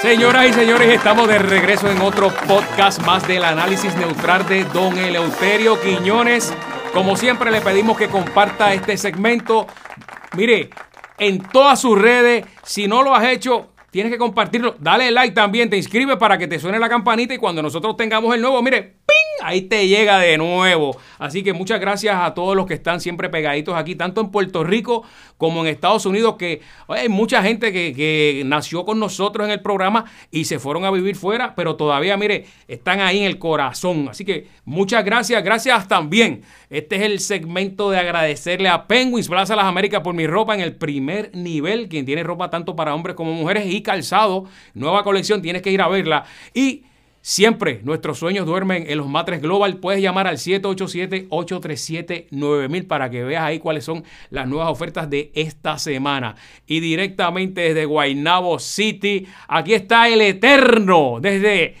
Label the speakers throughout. Speaker 1: Señoras y señores, estamos de regreso en otro podcast más del análisis neutral de Don Eleuterio Quiñones. Como siempre, le pedimos que comparta este segmento. Mire, en todas sus redes, si no lo has hecho, tienes que compartirlo. Dale like también, te inscribe para que te suene la campanita y cuando nosotros tengamos el nuevo, mire, ¡ping! Ahí te llega de nuevo. Así que muchas gracias a todos los que están siempre pegaditos aquí, tanto en Puerto Rico como en Estados Unidos, que oye, hay mucha gente que, que nació con nosotros en el programa y se fueron a vivir fuera, pero todavía, mire, están ahí en el corazón. Así que muchas gracias, gracias también. Este es el segmento de agradecerle a Penguins Plaza Las Américas por mi ropa en el primer nivel, quien tiene ropa tanto para hombres como mujeres y calzado. Nueva colección, tienes que ir a verla. Y siempre nuestros sueños duermen en los matres global. Puedes llamar al 787-837-9000 para que veas ahí cuáles son las nuevas ofertas de esta semana. Y directamente desde Guaynabo City, aquí está el Eterno, desde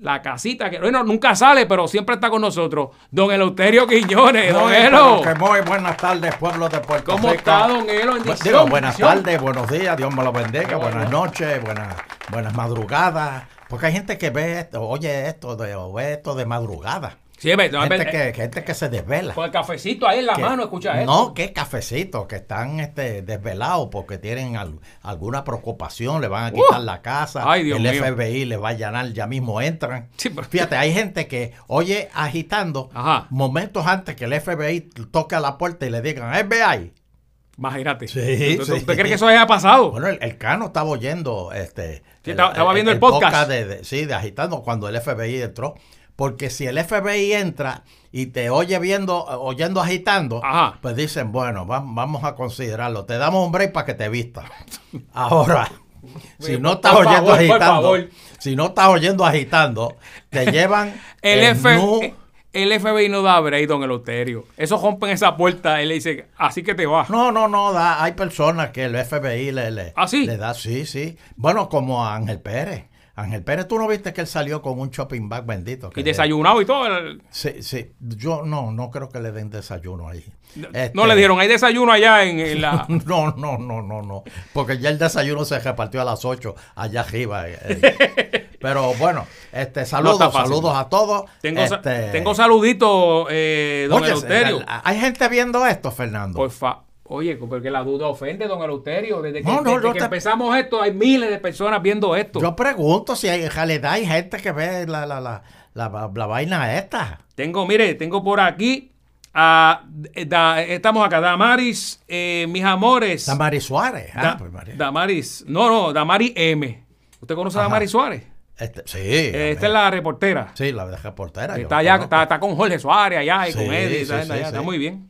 Speaker 1: la casita que bueno, nunca sale, pero siempre está con nosotros, don Eleuterio Quiñones. don
Speaker 2: Muy,
Speaker 1: Elo.
Speaker 2: pero que muy buenas tardes, pueblo de Puerto
Speaker 1: ¿Cómo
Speaker 2: Rico.
Speaker 1: está, don Elo? En
Speaker 2: Bu-
Speaker 1: dicción,
Speaker 2: Digo, buenas
Speaker 1: dicción.
Speaker 2: tardes, buenos días, Dios me lo bendiga,
Speaker 1: Qué
Speaker 2: buenas
Speaker 1: bueno.
Speaker 2: noches, buenas, buenas madrugadas. Porque hay gente que ve esto, oye esto, de, o ve esto de madrugada.
Speaker 1: Sí, ve, no,
Speaker 2: gente,
Speaker 1: ve,
Speaker 2: que, gente que se desvela.
Speaker 1: con el cafecito ahí en la
Speaker 2: Que-
Speaker 1: mano, escucha esto.
Speaker 2: No, que cafecitos que están este, desvelados porque tienen al- alguna preocupación, le van a quitar la casa,
Speaker 1: Uh. Ay, Dios
Speaker 2: el
Speaker 1: mío.
Speaker 2: FBI les va a allanar, ya mismo entran.
Speaker 1: Sí, pero-
Speaker 2: Fíjate, hay gente que oye agitando
Speaker 1: Ajá.
Speaker 2: momentos antes que el FBI toque a la puerta y le digan FBI.
Speaker 1: Imagínate.
Speaker 2: Sí,
Speaker 1: ¿Usted,
Speaker 2: sí.
Speaker 1: usted cree que eso haya pasado?
Speaker 2: Bueno, el, el Cano estaba oyendo este.
Speaker 1: Sí, estaba- estaba viendo el podcast.
Speaker 2: de, de- sí, de agitando cuando el FBI entró. Porque si el FBI entra y te oye viendo, oyendo agitando,
Speaker 1: Ajá.
Speaker 2: pues dicen, bueno, va- vamos a considerarlo. Te damos un break para que te vistas. Ahora, si no estás
Speaker 1: Por
Speaker 2: oyendo
Speaker 1: favor, por
Speaker 2: agitando,
Speaker 1: favor.
Speaker 2: si no estás oyendo agitando, te llevan
Speaker 1: el,
Speaker 2: en
Speaker 1: F- eh,
Speaker 2: nu-
Speaker 1: el FBI no da break, don Eleuterio. Eso rompen esa puerta. Él le dice, así que te vas.
Speaker 2: No, no, no, da, hay personas que el FBI le, le,
Speaker 1: ¿Ah, sí?
Speaker 2: le da, sí, sí. Bueno, como a Ángel Pérez. Ángel Pérez, tú no viste que él salió con un shopping bag bendito. que
Speaker 1: y
Speaker 2: le-
Speaker 1: desayunado y todo. el-
Speaker 2: Sí, sí. Yo no, no creo que le den desayuno ahí. Este,
Speaker 1: No le dieron, hay desayuno allá en, en la...
Speaker 2: No, no, no, no, no. Porque ya el desayuno se repartió a las 8 allá arriba. eh, eh. Pero bueno, este, saludos,
Speaker 1: está fácil.
Speaker 2: saludos a todos.
Speaker 1: Tengo, sa-
Speaker 2: Este,
Speaker 1: tengo saludito, eh, don
Speaker 2: oye,
Speaker 1: Eleuterio.
Speaker 2: hay gente viendo esto, Fernando.
Speaker 1: Por fa- Oye, porque la duda ofende, don Eleuterio. Desde que,
Speaker 2: No, no,
Speaker 1: desde
Speaker 2: yo
Speaker 1: que
Speaker 2: te-
Speaker 1: empezamos esto, hay miles de personas viendo esto.
Speaker 2: Yo pregunto si hay, en realidad hay gente que ve la, la, la, la, la vaina esta.
Speaker 1: Tengo, mire, tengo por aquí a... da- estamos acá, Damaris, eh, mis amores.
Speaker 2: Damari Suárez. ah,
Speaker 1: Da-
Speaker 2: pues, María.
Speaker 1: Damaris, no, no, Damaris M. ¿Usted conoce a
Speaker 2: Ajá.
Speaker 1: Damaris Suárez?
Speaker 2: Este- sí.
Speaker 1: Eh, esta
Speaker 2: a
Speaker 1: es
Speaker 2: mí-
Speaker 1: la reportera.
Speaker 2: Sí, la de reportera. yo
Speaker 1: está,
Speaker 2: la
Speaker 1: allá,
Speaker 2: conozco.
Speaker 1: está, está con Jorge Suárez allá y
Speaker 2: Sí,
Speaker 1: con Eddie.
Speaker 2: sí,
Speaker 1: está,
Speaker 2: sí,
Speaker 1: allá, está
Speaker 2: sí.
Speaker 1: muy bien.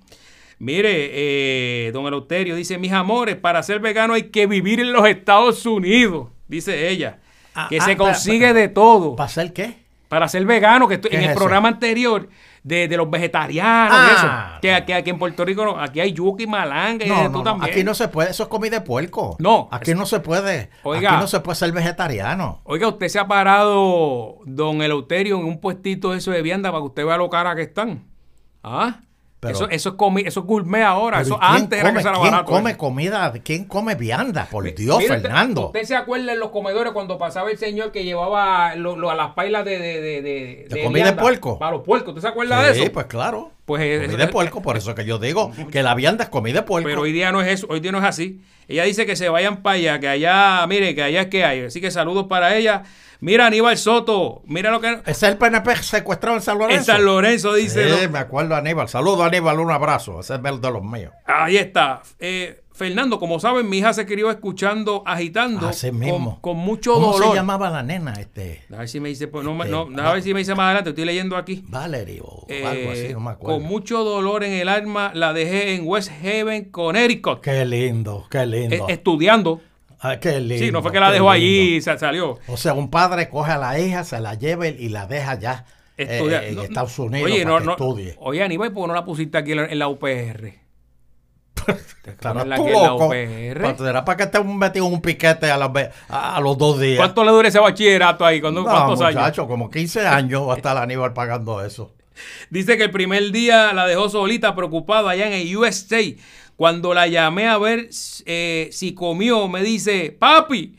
Speaker 1: Mire, eh, don Eleuterio dice, mis amores, para ser vegano hay que vivir en los Estados Unidos, dice ella.
Speaker 2: Ah,
Speaker 1: que
Speaker 2: ah,
Speaker 1: se
Speaker 2: espera,
Speaker 1: consigue
Speaker 2: espera.
Speaker 1: de todo.
Speaker 2: ¿Para hacer qué?
Speaker 1: Para ser vegano, que estoy-
Speaker 2: ¿Qué
Speaker 1: en
Speaker 2: es
Speaker 1: el
Speaker 2: eso?
Speaker 1: programa anterior de, de los vegetarianos y
Speaker 2: Ah.
Speaker 1: eso. Que, que- que en Puerto Rico no, aquí hay yuca y malanga y
Speaker 2: No,
Speaker 1: de
Speaker 2: no,
Speaker 1: todo
Speaker 2: no,
Speaker 1: también.
Speaker 2: Aquí no se puede. Eso es comida de puerco.
Speaker 1: No.
Speaker 2: Aquí no se puede.
Speaker 1: Oiga.
Speaker 2: Aquí no se puede ser vegetariano.
Speaker 1: Oiga, usted se ha parado, don Eleuterio, en un puestito de eso de vianda para que usted vea lo cara que están. ¿Ah?
Speaker 2: Pero-
Speaker 1: eso, eso, es comi- eso es gourmet ahora.
Speaker 2: Pero,
Speaker 1: Eso
Speaker 2: ¿y quién
Speaker 1: antes era que
Speaker 2: come-
Speaker 1: se era
Speaker 2: ¿Quién
Speaker 1: barato. eh.
Speaker 2: come comida? ¿Quién come vianda? Por Dios,
Speaker 1: Mire, usted-
Speaker 2: Fernando.
Speaker 1: Usted, se acuerda en los comedores cuando pasaba el señor que llevaba lo- lo- a las pailas de, de, de, de,
Speaker 2: ¿De comida de
Speaker 1: vianda
Speaker 2: puerco?
Speaker 1: Para los puercos. ¿Usted se acuerda de
Speaker 2: sí,
Speaker 1: eso?
Speaker 2: pues claro.
Speaker 1: Pues, eh,
Speaker 2: comida
Speaker 1: eso-
Speaker 2: de puerco, por eso que yo digo que la vianda es comida de puerco.
Speaker 1: Pero hoy día no es eso, hoy día no es así. Ella dice que se vayan para allá, que allá, mire, que allá es que hay. Así que saludos para ella. Mira, Aníbal Soto, mira lo que...
Speaker 2: Ese es el PNP secuestrado en San Lorenzo.
Speaker 1: En San Lorenzo dice...
Speaker 2: Sí,
Speaker 1: ¿no?
Speaker 2: Eh, me acuerdo a Aníbal. Saludo Aníbal, un abrazo. Ese es el de los míos.
Speaker 1: Ahí está. Eh, Fernando, como saben, mi hija se crió escuchando, agitando.
Speaker 2: Así
Speaker 1: con-
Speaker 2: mismo.
Speaker 1: Con, mucho
Speaker 2: ¿Cómo
Speaker 1: dolor.
Speaker 2: se llamaba la nena? Este,
Speaker 1: A ver si me dice, pues, no, me-
Speaker 2: Eh,
Speaker 1: no,
Speaker 2: no.
Speaker 1: a ver si me dice más adelante, estoy leyendo aquí.
Speaker 2: Valerie o
Speaker 1: Eh,
Speaker 2: algo así, no me acuerdo.
Speaker 1: con mucho dolor en el alma, la dejé en West Haven, Connecticut,
Speaker 2: Qué lindo, qué
Speaker 1: eh,
Speaker 2: lindo.
Speaker 1: estudiando.
Speaker 2: Ah, qué lindo.
Speaker 1: sí, no fue que la
Speaker 2: qué
Speaker 1: dejó allí
Speaker 2: lindo. Eh,
Speaker 1: y sa- salió.
Speaker 2: O sea, un padre coge a la hija, se la lleva y la deja allá eh,
Speaker 1: Estudia-
Speaker 2: en
Speaker 1: no,
Speaker 2: Estados Unidos
Speaker 1: oye,
Speaker 2: para
Speaker 1: no,
Speaker 2: que
Speaker 1: no,
Speaker 2: estudie.
Speaker 1: Oye, Aníbal, ¿por qué no la pusiste aquí en la, en la UPR? Te
Speaker 2: Estarás
Speaker 1: ponen la
Speaker 2: tú
Speaker 1: aquí en la
Speaker 2: loco.
Speaker 1: UPR.
Speaker 2: Pa- ¿Será para que esté metido en un piquete a, los ve- a- a los dos días?
Speaker 1: ¿Cuánto le dura ese bachillerato ahí? ¿Cuándo-
Speaker 2: No,
Speaker 1: ¿Cuántos años?
Speaker 2: muchacho, como 15 años va a estar Aníbal pagando eso.
Speaker 1: Dice que el primer día la dejó solita, preocupada allá en el USA. Cuando la llamé a ver eh, si comió, me dice, papi,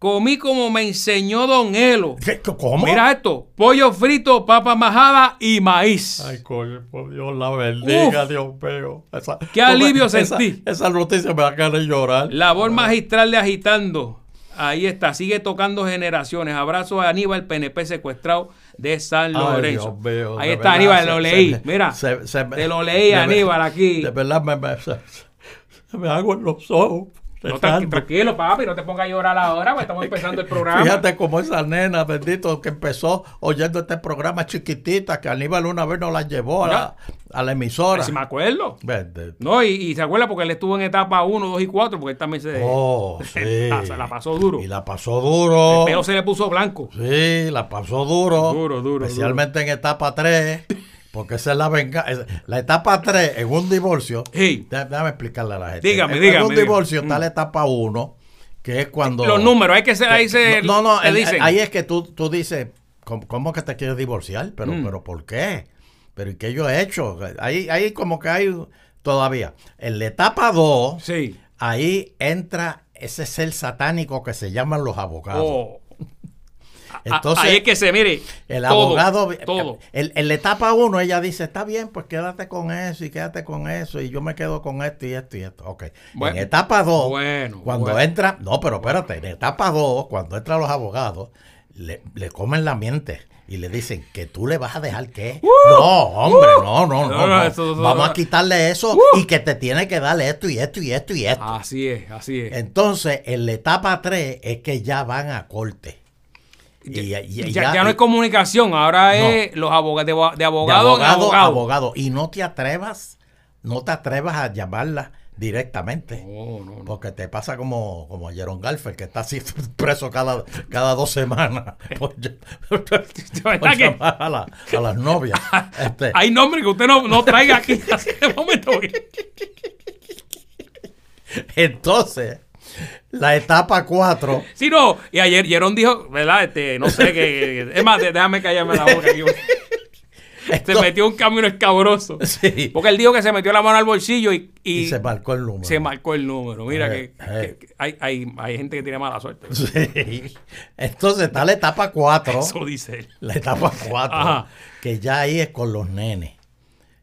Speaker 1: Comí como me enseñó Don Elo.
Speaker 2: ¿Qué? ¿Cómo?
Speaker 1: Mira esto: pollo frito, papa majada y maíz.
Speaker 2: Ay, coño, por Dios la bendiga,
Speaker 1: Uf.
Speaker 2: Dios mío. Esa-
Speaker 1: Qué alivio
Speaker 2: esa-
Speaker 1: sentí.
Speaker 2: Esa, noticia me da ganas de llorar.
Speaker 1: Labor magistral de agitando. Ahí está, sigue tocando generaciones. Abrazo a Aníbal, PNP secuestrado de San
Speaker 2: Ay,
Speaker 1: Lorenzo.
Speaker 2: Dios mío,
Speaker 1: Ahí
Speaker 2: de
Speaker 1: está,
Speaker 2: verdad,
Speaker 1: Aníbal,
Speaker 2: se-
Speaker 1: lo
Speaker 2: se
Speaker 1: leí.
Speaker 2: me-
Speaker 1: Mira,
Speaker 2: se- se me-
Speaker 1: te lo leí,
Speaker 2: de ver-
Speaker 1: Aníbal, aquí.
Speaker 2: De verdad, me, me- se, se me hago en los ojos.
Speaker 1: No, tranqui-
Speaker 2: rezando.
Speaker 1: tranquilo, papi, no te pongas a llorar ahora, porque estamos empezando el programa.
Speaker 2: Fíjate cómo esa nena, bendito, que empezó oyendo este programa chiquitita, que Aníbal una vez nos la llevó a la, a la emisora.
Speaker 1: Si me acuerdo.
Speaker 2: Vende.
Speaker 1: No, y, y se acuerda porque él estuvo en etapa 1, 2 y 4, porque él también se,
Speaker 2: Oh, sí.
Speaker 1: Ah, se la pasó duro.
Speaker 2: Y la pasó duro.
Speaker 1: Pero se le puso blanco.
Speaker 2: Sí, la pasó duro.
Speaker 1: Duro, duro,
Speaker 2: Especialmente en etapa 3. Porque esa es la venganza. La etapa 3 en un divorcio.
Speaker 1: Sí.
Speaker 2: Dé- Déjame explicarle a la gente.
Speaker 1: Dígame,
Speaker 2: en,
Speaker 1: dígame,
Speaker 2: En un
Speaker 1: dígame.
Speaker 2: divorcio está la etapa 1, que es cuando.
Speaker 1: Los números, hay que ser, ahí
Speaker 2: que-
Speaker 1: se
Speaker 2: No, no,
Speaker 1: se
Speaker 2: el-
Speaker 1: dicen.
Speaker 2: ahí es que tú, tú dices, ¿cómo, cómo que te quieres divorciar? Pero,
Speaker 1: Mm.
Speaker 2: pero ¿por qué? ¿Pero ¿y qué yo he hecho? Ahí, ahí como que hay todavía. En la etapa 2,
Speaker 1: Sí.
Speaker 2: ahí entra ese ser satánico que se llaman los abogados.
Speaker 1: Oh. A-
Speaker 2: Entonces,
Speaker 1: ahí es que se, mire.
Speaker 2: el
Speaker 1: todo,
Speaker 2: abogado, eh,
Speaker 1: Todo.
Speaker 2: el- en la etapa 1, ella dice, está bien, pues quédate con eso y quédate con eso y yo me quedo con esto y esto y esto. Ok.
Speaker 1: Bueno,
Speaker 2: en etapa 2,
Speaker 1: bueno,
Speaker 2: cuando
Speaker 1: bueno.
Speaker 2: entra, no, pero espérate, en etapa 2, cuando entran los abogados, le, le comen la miente. Y le dicen que tú le vas a dejar qué. No, hombre, no, no, no.
Speaker 1: ¡Uh! No, ¡Uh! no,
Speaker 2: no.
Speaker 1: eso- eso-
Speaker 2: Vamos a quitarle eso y que te tiene que dar esto y esto y esto y
Speaker 1: Ah,
Speaker 2: esto.
Speaker 1: Así es, así es.
Speaker 2: Entonces, en la etapa 3 es que ya van a corte. Y-
Speaker 1: ya,
Speaker 2: y- y
Speaker 1: ya-
Speaker 2: ya-
Speaker 1: ya no hay comunicación, ahora
Speaker 2: No.
Speaker 1: es los abogados de, abogado,
Speaker 2: de
Speaker 1: abogado, en
Speaker 2: abogado,
Speaker 1: abogado.
Speaker 2: abogado Y no te atrevas, no te atrevas a llamarla directamente.
Speaker 1: No, no, no.
Speaker 2: Porque te pasa como, como a Jerón Garfield, que está así preso cada, cada dos semanas por, ll- por
Speaker 1: ¿Verdad que?
Speaker 2: llamar a, la- a las novias. Este,
Speaker 1: Hay nombres que usted no, no traiga aquí de momento. porque-
Speaker 2: entonces, la etapa 4,
Speaker 1: Sí, no, y ayer Jerón dijo, ¿verdad? Este, no sé qué. Es más, de- déjame callarme la boca aquí. Se metió un camino escabroso.
Speaker 2: sí,
Speaker 1: Porque él dijo que se metió la mano al bolsillo y, y
Speaker 2: y se marcó el número.
Speaker 1: se marcó el número. Mira que,
Speaker 2: Eh, eh.
Speaker 1: que- que hay, hay, hay gente que tiene mala suerte.
Speaker 2: Sí. Entonces está la etapa 4.
Speaker 1: Eso dice él.
Speaker 2: La etapa 4,
Speaker 1: Ajá.
Speaker 2: que ya ahí es con los nenes.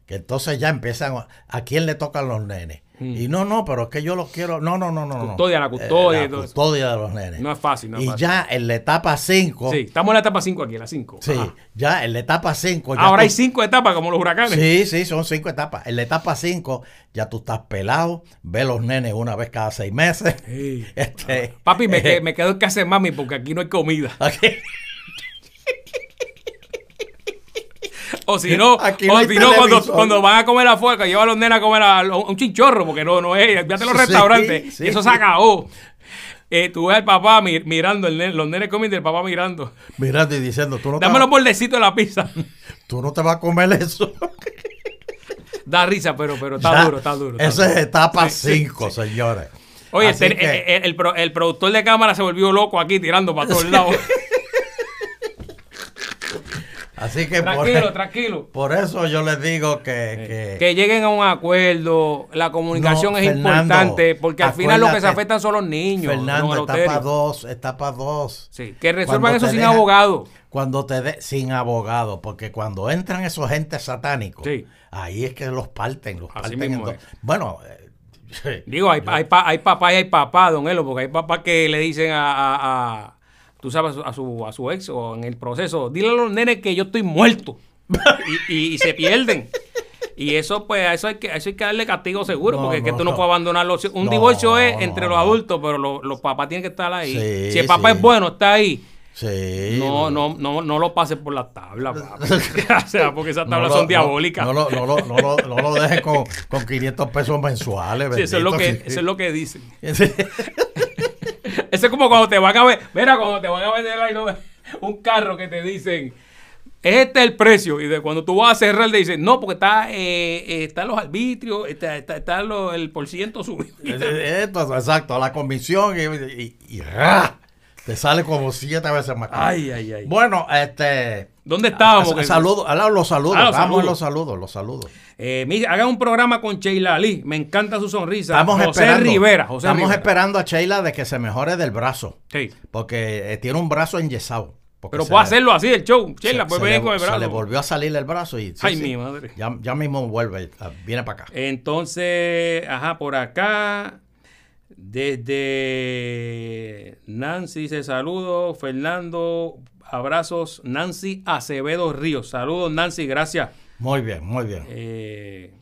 Speaker 2: Que entonces ya empiezan a, ¿a quién le tocan los nenes. Y no, no, pero es que yo los quiero. No, no, no, no. no.
Speaker 1: Mm. Custodia, la custodia y
Speaker 2: la
Speaker 1: todo eso.
Speaker 2: custodia de los nenes.
Speaker 1: No es fácil, no es
Speaker 2: y
Speaker 1: fácil.
Speaker 2: ya en la etapa 5.
Speaker 1: Sí,
Speaker 2: Sí.
Speaker 1: estamos en la etapa 5 aquí, en la 5.
Speaker 2: ya en la etapa 5.
Speaker 1: Ahora hay cinco etapas como los huracanes.
Speaker 2: Sí, sí, son cinco etapas. En la etapa 5 ya tú estás pelado, ve los nenes una vez cada seis meses.
Speaker 1: Sí.
Speaker 2: Este,
Speaker 1: Papi, me, que- me quedo en casa de mami porque aquí no hay comida.
Speaker 2: aquí-
Speaker 1: O si no,
Speaker 2: Aquí no
Speaker 1: o
Speaker 2: hay
Speaker 1: si no cuando,
Speaker 2: televisor.
Speaker 1: cuando van a comer afuera, que lleva a los nenes a comer a, a un chinchorro, porque no, no es, fíjate los
Speaker 2: Sí,
Speaker 1: restaurantes,
Speaker 2: sí.
Speaker 1: eso se acabó. Eh, tú ves al papá mi- mirando, el nene- los nenes comiendo y el papá mirando.
Speaker 2: mirando y diciendo, tú no, te
Speaker 1: Dame los
Speaker 2: vas,
Speaker 1: bordecitos de la pizza.
Speaker 2: tú no te vas a comer eso.
Speaker 1: Da risa, pero, pero está
Speaker 2: Ya,
Speaker 1: duro, está duro. está
Speaker 2: Esa
Speaker 1: duro.
Speaker 2: es etapa 5, señores.
Speaker 1: Oye,
Speaker 2: Así
Speaker 1: este-
Speaker 2: que,
Speaker 1: eh, eh, el, pro- el productor de cámara se volvió loco aquí tirando para todos lados.
Speaker 2: así que
Speaker 1: eh, tranquilo, Eh,
Speaker 2: por,
Speaker 1: tranquilo.
Speaker 2: por eso yo les digo que, que-
Speaker 1: Que lleguen a un acuerdo, la comunicación
Speaker 2: No,
Speaker 1: es
Speaker 2: Fernando,
Speaker 1: importante, porque al final lo que se
Speaker 2: acuérdate,
Speaker 1: afectan son los niños.
Speaker 2: Fernando,
Speaker 1: no el
Speaker 2: etapa
Speaker 1: uterio.
Speaker 2: 2, etapa 2.
Speaker 1: Sí, que resuelvan
Speaker 2: Cuando
Speaker 1: eso
Speaker 2: te
Speaker 1: sin
Speaker 2: dejan-
Speaker 1: abogado.
Speaker 2: Cuando te de, sin abogado, porque cuando entran esos agentes satánicos,
Speaker 1: Sí.
Speaker 2: ahí es que los parten, los
Speaker 1: Así
Speaker 2: parten en
Speaker 1: mismo
Speaker 2: dos.
Speaker 1: es.
Speaker 2: Bueno, eh, sí.
Speaker 1: Digo, hay, hay, pa- hay papá y hay papá, don Elo, porque hay papás que le dicen a, a- a- tú sabes, a su, a su ex o en el proceso, dile a los nenes que yo estoy muerto. y, y- y se pierden. Y eso, pues, a eso hay que, a eso hay que darle castigo seguro,
Speaker 2: No,
Speaker 1: porque es que
Speaker 2: no,
Speaker 1: tú no,
Speaker 2: no.
Speaker 1: puedes abandonar los... Un
Speaker 2: No,
Speaker 1: divorcio es
Speaker 2: no,
Speaker 1: entre
Speaker 2: no.
Speaker 1: los adultos, pero los, los papás tienen que estar ahí.
Speaker 2: Sí,
Speaker 1: si el papá
Speaker 2: sí.
Speaker 1: es bueno, está ahí.
Speaker 2: sí.
Speaker 1: No, no, no, no lo pases por las tablas, papi. o sea, porque esas tablas
Speaker 2: No lo-
Speaker 1: son
Speaker 2: no-
Speaker 1: diabólicas.
Speaker 2: No, lo, no, lo, no, lo, no lo dejes con, con 500 pesos mensuales.
Speaker 1: Sí, eso es lo que,
Speaker 2: bendito, sí.
Speaker 1: eso es lo que dicen.
Speaker 2: Sí.
Speaker 1: Eso es como cuando te van a ver, mira, cuando te van a vender ahí, ¿no? un carro que te dicen, este es el precio. Y de cuando tú vas a cerrar, te dicen, no, porque está, eh, eh, están los arbitrios, está, está, está lo- el por ciento subido.
Speaker 2: pues, Esto, exacto, la comisión y, y, y ¡ra! Te sale como siete veces más caro.
Speaker 1: Ay, ay, ay.
Speaker 2: Bueno, este.
Speaker 1: ¿Dónde estábamos?
Speaker 2: a- a- saludo, a la- los saludos.
Speaker 1: Ah, los
Speaker 2: Vamos a
Speaker 1: saludos.
Speaker 2: los saludos, los saludos.
Speaker 1: Eh, mira, haga un programa con Sheila Ali. Me encanta su sonrisa.
Speaker 2: Estamos
Speaker 1: José
Speaker 2: esperando.
Speaker 1: Rivera. José
Speaker 2: estamos
Speaker 1: Rivera.
Speaker 2: esperando a Sheila de que se mejore del brazo.
Speaker 1: Sí.
Speaker 2: Porque eh, tiene un brazo enyesado. porque
Speaker 1: Pero
Speaker 2: se
Speaker 1: puede
Speaker 2: le-
Speaker 1: hacerlo así el show.
Speaker 2: se-
Speaker 1: Sheila, puede
Speaker 2: se
Speaker 1: venir
Speaker 2: le-
Speaker 1: con el
Speaker 2: Se le
Speaker 1: brazo.
Speaker 2: volvió a salir el brazo y. sí,
Speaker 1: Ay,
Speaker 2: sí.
Speaker 1: mi madre.
Speaker 2: Ya, ya mismo vuelve, ah, viene para acá.
Speaker 1: Entonces, ajá, por acá. Desde Nancy se saludo. Fernando, abrazos. Nancy Acevedo Ríos. Saludos, Nancy, gracias.
Speaker 2: Muy bien, muy bien.
Speaker 1: Eh,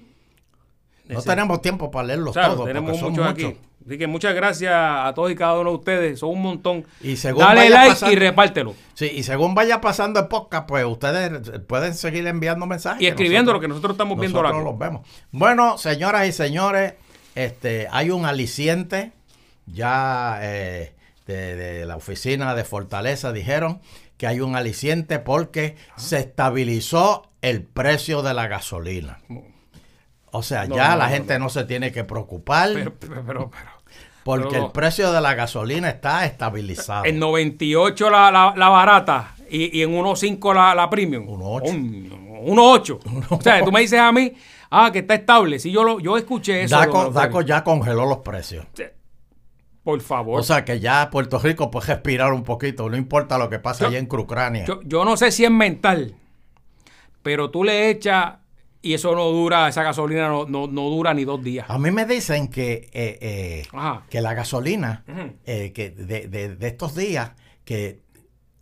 Speaker 2: No
Speaker 1: ese-
Speaker 2: tenemos tiempo para leerlos
Speaker 1: Claro,
Speaker 2: todos.
Speaker 1: tenemos
Speaker 2: porque son
Speaker 1: muchos aquí. Así que muchas gracias a todos y cada uno de ustedes. Son un montón.
Speaker 2: Y según
Speaker 1: Dale
Speaker 2: vaya
Speaker 1: like
Speaker 2: pasando-
Speaker 1: y repártelo.
Speaker 2: Sí, y según vaya pasando el podcast, pues ustedes eh, pueden seguir enviando mensajes.
Speaker 1: Y
Speaker 2: que
Speaker 1: escribiendo
Speaker 2: nosotros-
Speaker 1: lo que nosotros estamos viendo
Speaker 2: Nosotros
Speaker 1: ahora.
Speaker 2: los vemos. Bueno, señoras y señores, este, hay un aliciente ya eh, de, de la oficina de Fortaleza dijeron que hay un aliciente porque se estabilizó el precio de la gasolina. O sea,
Speaker 1: No,
Speaker 2: ya
Speaker 1: no,
Speaker 2: la
Speaker 1: no,
Speaker 2: gente no. se tiene que preocupar
Speaker 1: Pero, pero, pero- pero
Speaker 2: porque
Speaker 1: pero- Eh,
Speaker 2: el precio de la gasolina está estabilizado.
Speaker 1: en 98 la, la, la barata y, y en 1.5 la, la premium.
Speaker 2: 1.8.
Speaker 1: Un- 1.8. O sea, tú me dices a mí, ah, que está estable. Si yo lo, yo escuché eso.
Speaker 2: Daco-
Speaker 1: don
Speaker 2: Daco
Speaker 1: Eleuterio.
Speaker 2: ya congeló los precios.
Speaker 1: Por favor.
Speaker 2: O sea que ya Puerto Rico puede respirar un poquito, no importa lo que pasa
Speaker 1: Yo-
Speaker 2: allá en Ucrania.
Speaker 1: Yo, yo no sé si es mental, pero tú le echas y eso no dura, esa gasolina no, no, no dura ni dos días.
Speaker 2: A mí me dicen que, eh, eh,
Speaker 1: Ajá.
Speaker 2: que la gasolina eh, que de, de- de estos días que,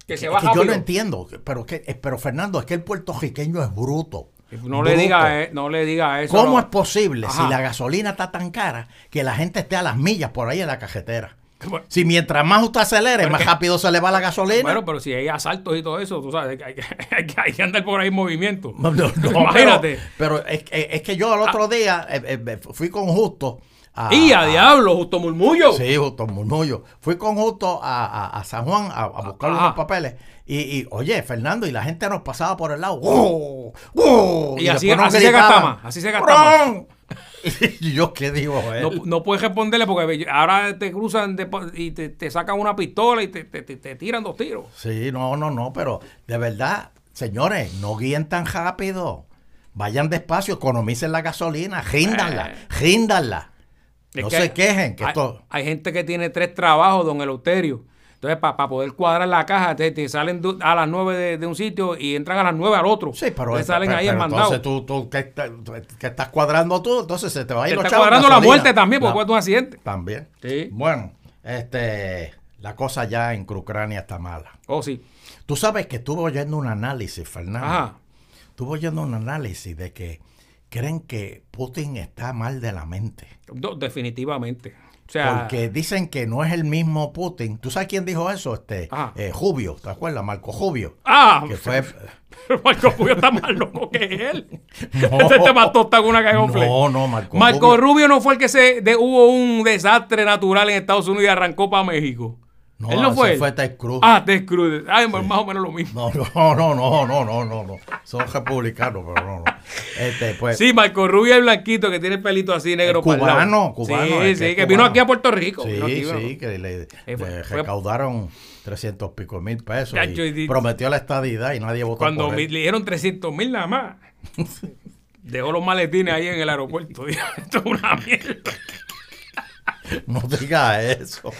Speaker 1: Que se
Speaker 2: que-
Speaker 1: va
Speaker 2: que yo
Speaker 1: rápido.
Speaker 2: no entiendo, pero que eh, pero Fernando, es que el puertorriqueño es bruto.
Speaker 1: No le,
Speaker 2: bruto.
Speaker 1: diga, eh, no le diga eso.
Speaker 2: ¿Cómo
Speaker 1: no.
Speaker 2: es posible
Speaker 1: Ajá.
Speaker 2: si la gasolina está tan cara que la gente esté a las millas por ahí en la cajetera?
Speaker 1: Bueno.
Speaker 2: Si mientras más usted acelere,
Speaker 1: Pero
Speaker 2: más
Speaker 1: que-
Speaker 2: rápido se le va la gasolina.
Speaker 1: Bueno, pero si hay asaltos y todo eso, tú sabes, hay que, hay que- hay que andar por ahí en movimiento.
Speaker 2: No, no, no,
Speaker 1: Imagínate. Ah.
Speaker 2: Pero, pero es, es- es que yo el otro día eh, eh, eh, fui con Justo a.
Speaker 1: y a diablo, justo murmullo.
Speaker 2: ah. Sí, Justo Murmullo. Fui con Justo a, a- a San Juan a, a buscar
Speaker 1: Ajá.
Speaker 2: unos papeles. Y, y, oye, Fernando, y la gente nos pasaba por el lado. ¡Wow! ¡Wow!
Speaker 1: Y así-
Speaker 2: después nos
Speaker 1: así se gasta
Speaker 2: gritaban,
Speaker 1: más, así se gasta más.
Speaker 2: ¡Bron! Y yo, ¿qué digo? Eh, él?
Speaker 1: No, no puedes responderle porque ahora te cruzan de- y te, te sacan una pistola y te, te- te- te tiran dos tiros.
Speaker 2: Sí, no, no, no, pero de verdad, señores, no guíen tan rápido. Vayan despacio, economicen la gasolina, ríndanla,
Speaker 1: Eh.
Speaker 2: ríndanla.
Speaker 1: Es
Speaker 2: No
Speaker 1: que hay-
Speaker 2: se quejen, que
Speaker 1: hay,
Speaker 2: esto.
Speaker 1: hay gente que tiene tres trabajos, don Eleuterio. Entonces, para poder cuadrar la caja, te, te salen du- a las nueve de, de un sitio y entran a las nueve al otro.
Speaker 2: Sí, pero, este,
Speaker 1: Te salen
Speaker 2: pero-
Speaker 1: ahí
Speaker 2: pero
Speaker 1: en mandado.
Speaker 2: Entonces tú, tú ¿qué, está- qué estás cuadrando tú? Entonces se te va a ir
Speaker 1: Te
Speaker 2: los
Speaker 1: está
Speaker 2: chavos en
Speaker 1: cuadrando la
Speaker 2: gasolina.
Speaker 1: muerte también porque
Speaker 2: No,
Speaker 1: fue un accidente.
Speaker 2: También.
Speaker 1: Sí.
Speaker 2: Bueno, este, la cosa ya en Ucrania está mala.
Speaker 1: Oh, sí.
Speaker 2: Tú sabes que estuve oyendo un análisis, Fernando.
Speaker 1: Ajá.
Speaker 2: Estuve oyendo un análisis de que creen que Putin está mal de la mente.
Speaker 1: No, definitivamente. O sea,
Speaker 2: Porque dicen que no es el mismo Putin. ¿Tú sabes quién dijo eso? Este,
Speaker 1: Ajá.
Speaker 2: eh, Rubio, ¿te acuerdas? Marco Rubio.
Speaker 1: Ah,
Speaker 2: Que fue...
Speaker 1: pero Marco Rubio está más loco que él.
Speaker 2: No.
Speaker 1: Este te mató hasta con una cagonfle.
Speaker 2: No, no, Marco,
Speaker 1: Marco
Speaker 2: Rubio.
Speaker 1: Rubio. no fue el que se de- hubo un desastre natural en Estados Unidos y arrancó para México.
Speaker 2: No,
Speaker 1: él no
Speaker 2: ese
Speaker 1: fue. él?
Speaker 2: fue Ted Cruz.
Speaker 1: Ah, Ted Cruz. Ay, más o menos lo mismo.
Speaker 2: No, no, no, no, no, no, no, no. Son republicanos, pero no, no. Este, pues,
Speaker 1: Sí, Marco Rubio es blanquito que tiene el pelito así negro.
Speaker 2: Es cubano,
Speaker 1: para el lado.
Speaker 2: cubano,
Speaker 1: Sí,
Speaker 2: es
Speaker 1: sí,
Speaker 2: que
Speaker 1: que,
Speaker 2: es
Speaker 1: vino
Speaker 2: cubano.
Speaker 1: aquí a Puerto Rico.
Speaker 2: sí,
Speaker 1: vino aquí,
Speaker 2: sí,
Speaker 1: vino-
Speaker 2: que le,
Speaker 1: Eh, fue-
Speaker 2: le
Speaker 1: fue-
Speaker 2: recaudaron 300 pico mil pesos
Speaker 1: Chacho, y
Speaker 2: y
Speaker 1: di-
Speaker 2: prometió la estadidad y nadie votó
Speaker 1: Cuando
Speaker 2: por
Speaker 1: me-
Speaker 2: él.
Speaker 1: le dieron 300 mil nada más. Dejó los maletines ahí en el aeropuerto. Dijo, Esto es una mierda.
Speaker 2: No diga eso.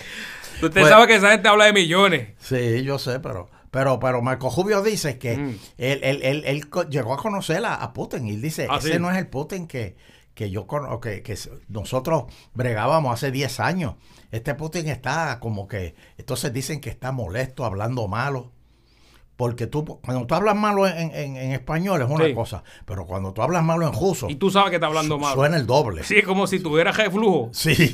Speaker 1: Usted
Speaker 2: Pues-
Speaker 1: sabe que esa gente habla de millones.
Speaker 2: Sí, yo sé, pero pero pero Marco Rubio dice que
Speaker 1: Mm.
Speaker 2: él, él- él- él co- llegó a conocer a, a Putin y dice,
Speaker 1: Ah,
Speaker 2: ese
Speaker 1: sí.
Speaker 2: no es el Putin que, que yo conozco, que, que s- nosotros bregábamos hace 10 años. Este Putin está como que, entonces dicen que está molesto, hablando malo. Porque tú, cuando tú hablas malo en, en- en español es una
Speaker 1: Sí.
Speaker 2: cosa, pero cuando tú hablas malo en ruso,
Speaker 1: Y tú sabes que está hablando mal.
Speaker 2: suena el doble.
Speaker 1: Sí, es como si tuviera reflujo.
Speaker 2: Sí.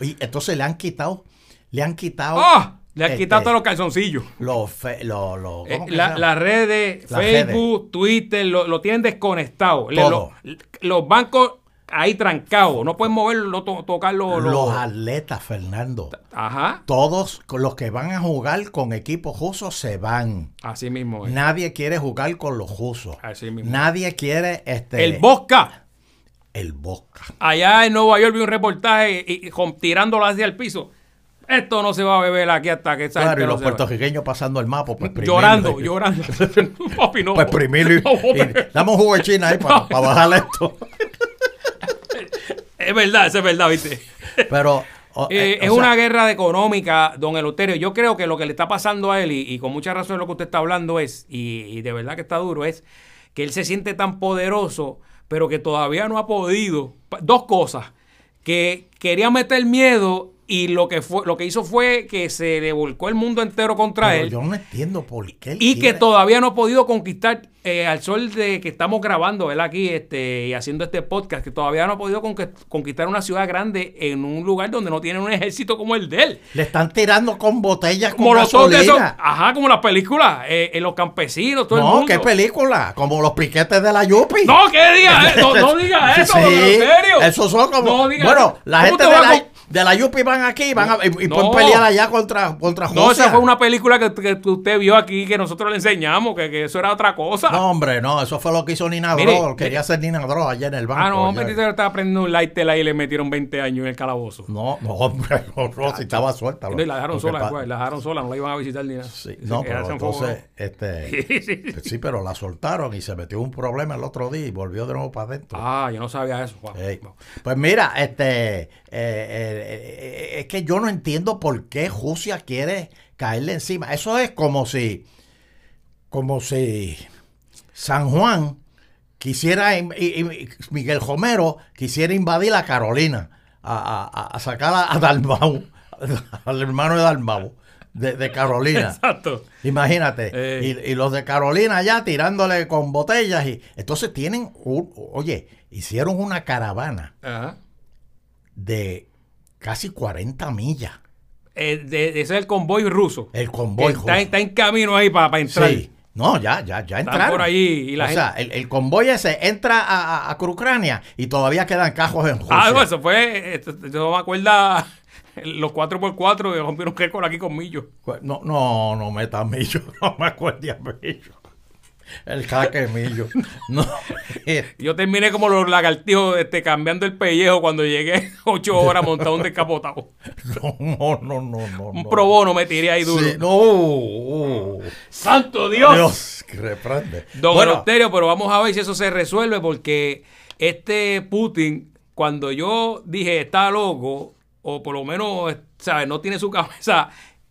Speaker 2: Y entonces le han quitado, le han quitado.
Speaker 1: ¡Ah! Le han quitado
Speaker 2: este,
Speaker 1: todos los calzoncillos.
Speaker 2: los fe- lo- lo-
Speaker 1: Eh,
Speaker 2: ¿cómo que se
Speaker 1: la-
Speaker 2: llama?
Speaker 1: las redes,
Speaker 2: Las
Speaker 1: Facebook, Twitter, lo, lo tienen desconectado. Le-
Speaker 2: Todo.
Speaker 1: lo- los bancos ahí trancados. No pueden moverlo, to- tocarlo. lo-
Speaker 2: los atletas, Fernando.
Speaker 1: Ajá.
Speaker 2: Todos con los que van a jugar con equipos rusos se van.
Speaker 1: Así mismo. es.
Speaker 2: Nadie quiere jugar con los rusos.
Speaker 1: Así mismo.
Speaker 2: Nadie quiere este
Speaker 1: El Bosca.
Speaker 2: el Boca.
Speaker 1: Allá en Nueva York vi un reportaje y, y con- tirándola hacia el piso. Esto no se va a beber aquí hasta que esa
Speaker 2: Claro,
Speaker 1: gente
Speaker 2: y
Speaker 1: no
Speaker 2: los
Speaker 1: se
Speaker 2: puertorriqueños pasando el mapa. Pues,
Speaker 1: vaya.
Speaker 2: primero.
Speaker 1: Llorando, llorando. Papi, no.
Speaker 2: Pues primero y,
Speaker 1: No,
Speaker 2: y dame un jugo de China ahí para bajar esto.
Speaker 1: Es verdad, eso es verdad, ¿viste?
Speaker 2: Pero o-
Speaker 1: Eh,
Speaker 2: eh, o
Speaker 1: es
Speaker 2: sea,
Speaker 1: una guerra de económica, don Eleuterio. Yo creo que lo que le está pasando a él, y, y con mucha razón lo que usted está hablando es, y, y de verdad que está duro, es que él se siente tan poderoso, pero que todavía no ha podido. Pa- Dos cosas. Que quería meter miedo y lo que, fue, lo que hizo fue que se le volcó el mundo entero contra
Speaker 2: pero
Speaker 1: él.
Speaker 2: Yo no entiendo por qué. él
Speaker 1: Y que
Speaker 2: quiere-
Speaker 1: todavía no ha podido conquistar eh, al sol de que estamos grabando, ¿verdad? Aquí este, y haciendo este podcast, que todavía no ha podido conque- conquistar una ciudad grande en un lugar donde no tienen un ejército como el de él.
Speaker 2: Le están tirando con botellas con
Speaker 1: Como los otros,
Speaker 2: gasolina.
Speaker 1: eso, ajá, como las películas, eh, eh, los campesinos, todo el
Speaker 2: no,
Speaker 1: mundo.
Speaker 2: qué película. Como los piquetes de la Yupi.
Speaker 1: No, que diga, eh, no, no diga eso,
Speaker 2: Sí,
Speaker 1: don Eleuterio.
Speaker 2: Esos son como.
Speaker 1: No diga
Speaker 2: bueno,
Speaker 1: eso.
Speaker 2: la
Speaker 1: ¿Cómo
Speaker 2: gente
Speaker 1: te
Speaker 2: de
Speaker 1: va
Speaker 2: la,
Speaker 1: con-
Speaker 2: de la Yupi van aquí y, van a, y, y
Speaker 1: No.
Speaker 2: pueden pelear allá contra, contra
Speaker 1: No,
Speaker 2: Rusia.
Speaker 1: esa fue una película que, que usted vio aquí, que nosotros le enseñamos, que, que eso era otra cosa.
Speaker 2: No, hombre, no, eso fue lo que hizo Nina
Speaker 1: Mire,
Speaker 2: Droll. Quería hacer Nina Droll allá en el banco.
Speaker 1: ah, no, hombre,
Speaker 2: allá.
Speaker 1: que se estaba aprendiendo un light y le metieron 20 años en el calabozo.
Speaker 2: No, no, hombre, no, no, si estaba suelta.
Speaker 1: No, y la dejaron
Speaker 2: Lo que
Speaker 1: sola,
Speaker 2: pa-
Speaker 1: pues, la dejaron sola, no la iban a visitar ni nada.
Speaker 2: Sí,
Speaker 1: Se
Speaker 2: no, pero
Speaker 1: quedaron con-
Speaker 2: entonces, este,
Speaker 1: Sí, sí.
Speaker 2: sí, pero la soltaron y se metió un problema el otro día y volvió de nuevo para adentro.
Speaker 1: Ah, yo no sabía eso. wow.
Speaker 2: Ey. Pues mira, este, eh, eh, eh, es que yo no entiendo por qué Rusia quiere caerle encima. Eso es como si, como si San Juan quisiera, in- y- y- y Miguel Romero quisiera invadir a Carolina, a, a- a- a sacar a, a Dalmau, al hermano de Dalmau, de, de Carolina.
Speaker 1: Exacto.
Speaker 2: Imagínate.
Speaker 1: Eh.
Speaker 2: Y, y los de Carolina allá tirándole con botellas. y Entonces tienen, un- oye, hicieron una caravana
Speaker 1: Ajá.
Speaker 2: de casi 40 millas.
Speaker 1: Eh, de- ese es el convoy ruso.
Speaker 2: El
Speaker 1: Que
Speaker 2: convoy.
Speaker 1: está,
Speaker 2: Jorge.
Speaker 1: está en camino ahí para, entrar.
Speaker 2: Sí. No, ya, ya, ya entraron.
Speaker 1: por allí y la
Speaker 2: o sea, el, el convoy ese entra a, a, a Ucrania y todavía quedan cajos en Rusia.
Speaker 1: Ah, bueno, eso fue. esto- Yo me acuerdo los 4x4 que rompieron récord aquí con Millo.
Speaker 2: No, no, no metas millo, no me acuerdo a millo. El jaque millo. No.
Speaker 1: Yo terminé como los lagartijos este, cambiando el pellejo cuando llegué 8 horas montado un descapotado.
Speaker 2: No, no, no, no.
Speaker 1: Un
Speaker 2: no.
Speaker 1: probono me tiré ahí duro.
Speaker 2: Sí, no. uh, uh.
Speaker 1: ¡Santo
Speaker 2: Dios, que reprende.
Speaker 1: Don
Speaker 2: Bueno,
Speaker 1: Eleuterio, pero vamos a ver si eso se resuelve porque este Putin, cuando yo dije está loco, o por lo menos, ¿sabes? No tiene su cabeza,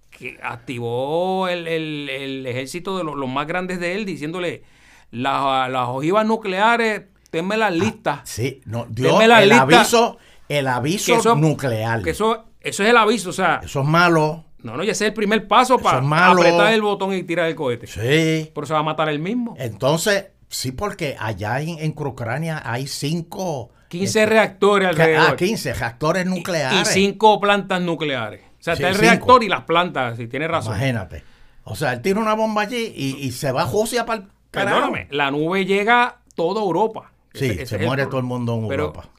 Speaker 1: que activó el, el- el ejército de los, los más grandes de él diciéndole "La- las ojivas nucleares, tenme las listas.
Speaker 2: Ah, sí, no, Dios,
Speaker 1: Deme
Speaker 2: el
Speaker 1: la lista.
Speaker 2: aviso, el aviso nuclear.
Speaker 1: que
Speaker 2: Eso,
Speaker 1: eso, eso es el aviso, o sea,
Speaker 2: es malo.
Speaker 1: no, no, ya ese es el primer paso para
Speaker 2: es malo.
Speaker 1: apretar el botón y tirar el cohete.
Speaker 2: Sí.
Speaker 1: Pero se va a matar él mismo.
Speaker 2: Eh, Entonces, sí, porque allá en, en Ucrania hay cinco.
Speaker 1: 15 reactores
Speaker 2: ca-
Speaker 1: alrededor.
Speaker 2: eh, ah, 15 reactores
Speaker 1: y
Speaker 2: nucleares.
Speaker 1: cinco plantas nucleares. O sea,
Speaker 2: Sí,
Speaker 1: está el
Speaker 2: cinco.
Speaker 1: reactor y las plantas, si tienes razón.
Speaker 2: Imagínate. O sea, él tira una bomba allí y, y se va a Rusia para el carajo.
Speaker 1: Perdóname, la nube llega a toda Europa.
Speaker 2: Sí,
Speaker 1: Ese- ese
Speaker 2: se
Speaker 1: es el
Speaker 2: muere
Speaker 1: pro-
Speaker 2: todo el mundo en
Speaker 1: Pero-
Speaker 2: Europa.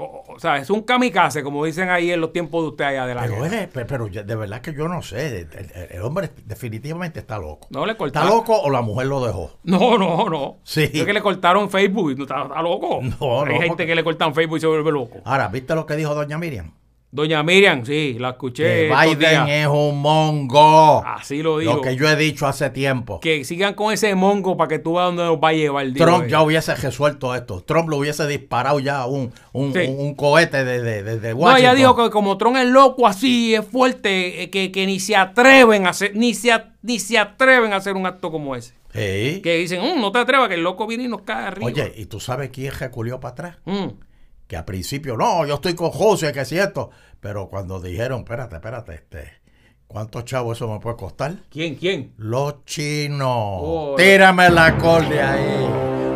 Speaker 1: O, o sea, es un kamikaze, como dicen ahí en los tiempos de usted allá de la
Speaker 2: Pero,
Speaker 1: guerra.
Speaker 2: él es- pe- pero yo- de verdad que yo no sé. El, el- el hombre definitivamente está loco.
Speaker 1: No le
Speaker 2: ¿Está
Speaker 1: cortaron.
Speaker 2: loco o la mujer lo dejó?
Speaker 1: No, no, no.
Speaker 2: Sí.
Speaker 1: Es que le cortaron Facebook. No, está, está loco.
Speaker 2: No,
Speaker 1: Hay
Speaker 2: no,
Speaker 1: gente
Speaker 2: porque-
Speaker 1: que le cortan Facebook y se vuelve loco.
Speaker 2: Ahora, ¿viste lo que dijo doña Miriam?
Speaker 1: Doña Miriam, sí, la escuché.
Speaker 2: que
Speaker 1: estos
Speaker 2: Biden
Speaker 1: días.
Speaker 2: es un mongo.
Speaker 1: Así lo dijo.
Speaker 2: que yo he dicho hace tiempo.
Speaker 1: Que sigan con ese mongo para que tú veas dónde nos va a llevar. dijo
Speaker 2: Trump
Speaker 1: ella.
Speaker 2: ya hubiese resuelto esto. Trump lo hubiese disparado ya un, un,
Speaker 1: Sí.
Speaker 2: un- un cohete desde de, desde
Speaker 1: No,
Speaker 2: Washington.
Speaker 1: ella dijo que como Tron es loco así, es fuerte, eh, que, que ni se atreven a hacer, ni se, a- ni se atreven a hacer un acto como ese.
Speaker 2: Sí.
Speaker 1: Que dicen, "Mm, no te atrevas, que el loco viene y nos cae arriba.
Speaker 2: Oye, ¿y tú sabes quién reculió para atrás?
Speaker 1: Mm.
Speaker 2: Que al principio, no, yo estoy con José, que es cierto. Pero cuando dijeron, espérate, espérate, este, ¿cuántos chavos eso me puede costar?
Speaker 1: ¿Quién, quién?
Speaker 2: Los chinos.
Speaker 1: Oh.
Speaker 2: Tírame la acorde ahí.